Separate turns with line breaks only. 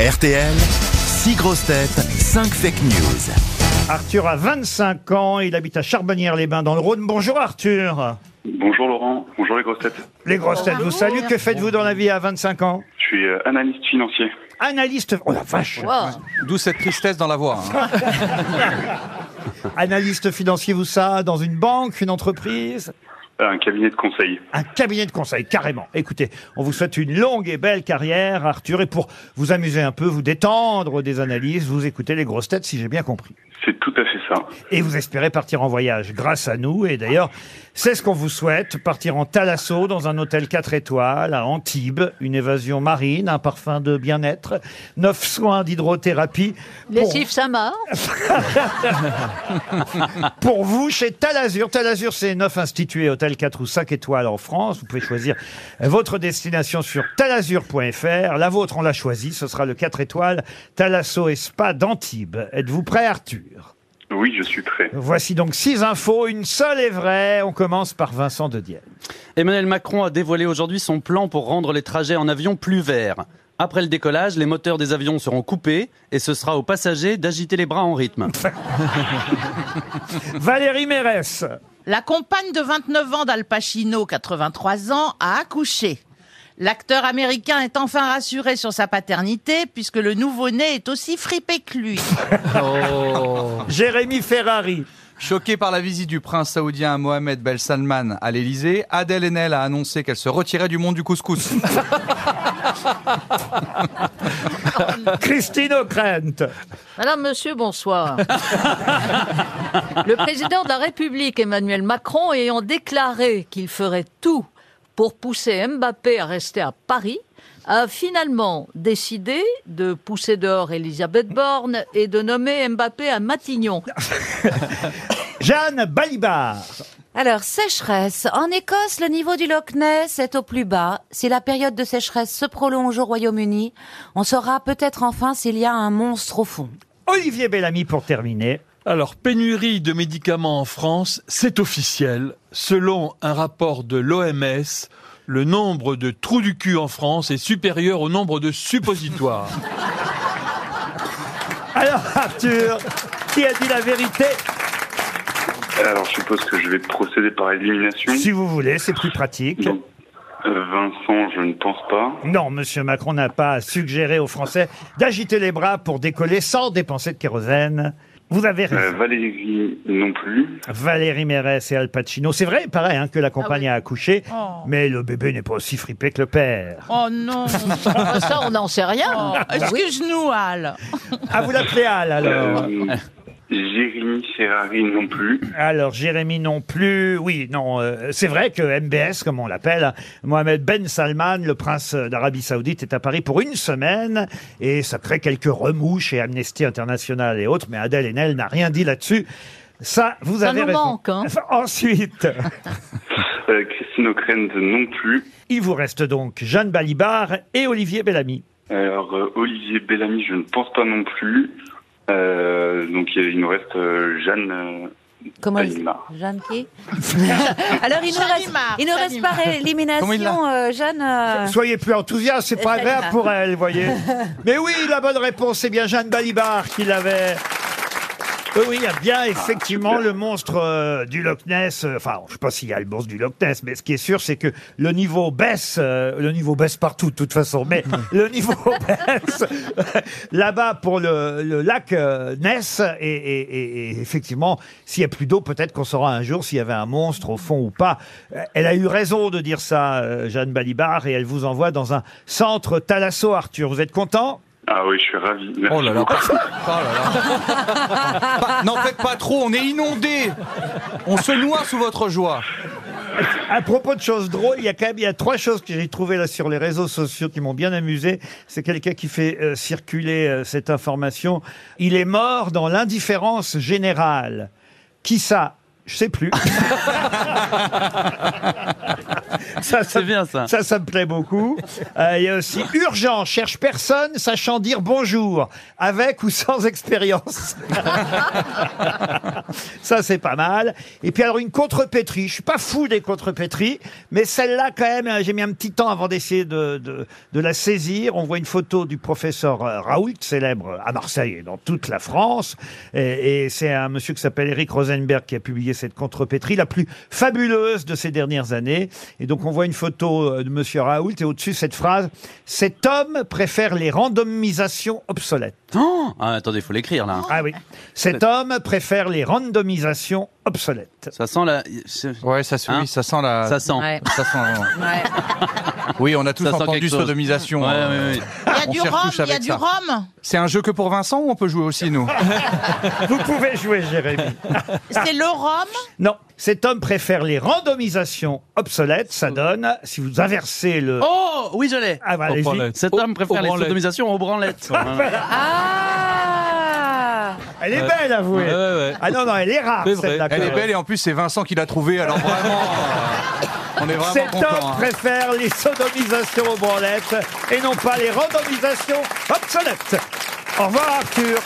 RTL, 6 grosses têtes, 5 fake news.
Arthur a 25 ans, il habite à Charbonnières-les-Bains dans le Rhône. Bonjour Arthur.
Bonjour Laurent, bonjour les grosses têtes.
Les grosses têtes vous saluent. Que faites-vous dans la vie à 25 ans
Je suis euh, analyste financier.
Analyste. Oh la vache
D'où cette tristesse dans la voix. hein.
Analyste financier, vous ça Dans une banque, une entreprise
Euh, Un cabinet de conseil.
un cabinet de conseil, carrément. Écoutez, on vous souhaite une longue et belle carrière, Arthur, et pour vous amuser un peu, vous détendre des analyses, vous écoutez les grosses têtes, si j'ai bien compris.
C'est tout à fait ça.
Et vous espérez partir en voyage grâce à nous. Et d'ailleurs, c'est ce qu'on vous souhaite, partir en Thalasso dans un hôtel 4 étoiles à Antibes, une évasion marine, un parfum de bien-être, neuf soins d'hydrothérapie. Pour,
Lessive Samar.
pour vous, chez Talazur. Talazur, c'est neuf institués, hôtel 4 ou 5 étoiles en France. Vous pouvez choisir votre destination sur talazur.fr. La vôtre, on l'a choisie. Ce sera le 4 étoiles Thalasso et Spa d'Antibes. Êtes-vous prêt, Arthur?
Oui, je suis prêt.
Voici donc six infos, une seule est vraie. On commence par Vincent de Dienne.
Emmanuel Macron a dévoilé aujourd'hui son plan pour rendre les trajets en avion plus verts. Après le décollage, les moteurs des avions seront coupés et ce sera aux passagers d'agiter les bras en rythme.
Valérie Mérès,
La compagne de 29 ans d'Al Pacino, 83 ans, a accouché. L'acteur américain est enfin rassuré sur sa paternité puisque le nouveau-né est aussi fripé que lui.
Jérémy Ferrari,
Choquée par la visite du prince saoudien Mohamed Ben Salman à l'Elysée, Adèle Haenel a annoncé qu'elle se retirait du monde du couscous.
Christine O'Krent,
Madame, monsieur, bonsoir. Le président de la République, Emmanuel Macron, ayant déclaré qu'il ferait tout pour pousser Mbappé à rester à Paris, a finalement décidé de pousser dehors Elisabeth Borne et de nommer Mbappé à Matignon.
Jeanne Balibar,
Alors, sécheresse. En Écosse, le niveau du Loch Ness est au plus bas. Si la période de sécheresse se prolonge au Royaume-Uni, on saura peut-être enfin s'il y a un monstre au fond.
Olivier Bellamy pour terminer.
Alors, pénurie de médicaments en France, c'est officiel. Selon un rapport de l'OMS, le nombre de trous du cul en France est supérieur au nombre de suppositoires.
Alors Arthur, qui a dit la vérité
Alors, je suppose que je vais procéder par élimination.
Si vous voulez, c'est plus pratique.
Non. Euh, Vincent, je ne pense pas.
Non, Monsieur Macron n'a pas suggéré aux Français d'agiter les bras pour décoller sans dépenser de kérosène. Vous avez raison.
Euh, Valérie, non plus.
Valérie Mérès et Al Pacino. C'est vrai, pareil, hein, que la compagne a accouché,
Oh.
mais le bébé n'est pas aussi fripé que le père.
Oh non
Enfin, ça, on n'en sait rien. Ah
Oh, Excuse-nous, Al.
Ah, vous l'appelez Al, alors
Euh, Jérémy Ferrari, non plus.
Alors, Jérémy non plus. Oui, non, euh, c'est vrai que MBS, comme on l'appelle, Mohamed Ben Salman, le prince d'Arabie Saoudite, est à Paris pour une semaine et ça crée quelques remous chez Amnesty International et autres, mais Adèle Haenel n'a rien dit là-dessus. Ça, vous
Ça
avez
nous
raison.
manque, hein.
Ensuite,
Euh, Christine O'Krent, non plus.
il vous reste donc Jeanne Balibar et Olivier Bellamy.
Alors, euh, Olivier Bellamy, je ne pense pas non plus. Euh, donc, il nous reste euh, Jeanne euh,
Comment elle-
Alima.
Jeanne qui Alors, il nous reste,
Salima,
il nous reste
Salima.
par
Comment il
élimination, euh, Jeanne.
Ah.
euh,
Soyez plus enthousiaste, c'est pas
Salima.
agréable pour elle, voyez. Mais oui, la bonne réponse, c'est bien Jeanne Balibar qui l'avait. Oui, oui, il y a bien effectivement le monstre euh, du Loch Ness. euh, Enfin, je sais pas s'il y a le monstre du Loch Ness, mais ce qui est sûr, c'est que le niveau baisse. euh, le niveau baisse partout, de toute façon. Mais le niveau baisse euh, là-bas pour le, le lac euh, Ness. Et, et- et- et effectivement, s'il y a plus d'eau, peut-être qu'on saura un jour s'il y avait un monstre au fond ou pas. Euh, Elle a eu raison de dire ça, euh, Jeanne Balibar, et elle vous envoie dans un centre Thalasso, Arthur. Vous êtes content
Ah oui, je suis ravi. Merci
Oh là là.
beaucoup.
Oh là là. Pas- N'en faites pas trop, on est inondé. On se noie sous votre joie.
À propos de choses drôles, il y a quand même il y a trois choses que j'ai trouvées là sur les réseaux sociaux qui m'ont bien amusé. C'est quelqu'un qui fait euh, circuler euh, cette information. Il est mort dans l'indifférence générale. Qui ça Je sais plus. Ça, ça-
C'est bien, ça.
Ça, ça me plaît beaucoup. Euh, Il y a aussi urgent, cherche personne sachant dire bonjour, avec ou sans expérience. ça, c'est pas mal. Et puis alors une contrepétrie. Je suis pas fou des contrepétries, mais celle-là quand même, euh, j'ai mis un petit temps avant d'essayer de, de, de la saisir. On voit une photo du professeur euh, Raoult, célèbre à Marseille et dans toute la France. Et, et c'est un monsieur qui s'appelle Eric Rosenberg qui a publié cette contrepétrie la plus fabuleuse de ces dernières années. Et donc on voit une photo euh, de monsieur Raoult et au-dessus cette phrase "Cet homme préfère les randomisations obsolètes."
Oh ah, attendez, il faut l'écrire là.
Ah oui. Cet homme préfère les randomisations obsolètes.
Ça sent la. c'est-
Ouais, ça, se- oui,
Hein
ça sent la.
Ça sent.
Ouais.
ça sent-
Ouais.
Oui, on a tous
Ça sent
entendu
quelque chose.
sodomisation.
Ouais,
hein.
ouais, ouais.
Il y a
On
du
s'y
rhum,
retouche
il y a
avec
du
ça.
rhum.
C'est un jeu que pour Vincent ou on peut jouer aussi, nous
Vous pouvez jouer Jérémy.
C'est le rhum.
Non, cet homme préfère les randomisations obsolètes. Ça donne, si vous inversez le...
Oh oui, je l'ai.
Ah, bah, allez-y.
branlette.
Cet
Au-
homme
aux
préfère les
branlettes.
sodomisations aux branlettes.
Ah
Elle est belle, avouez
Ouais, ouais, ouais.
Ah non, non, elle est rare,
C'est vrai.
celle-là, quand
Elle est
même.
belle et en plus, c'est Vincent qui l'a trouvée, alors vraiment. euh, on est vraiment
Cet
contents.
homme
hein.
préfère les sodomisations aux branlettes et non pas les randomisations obsolètes. Au revoir, Arthur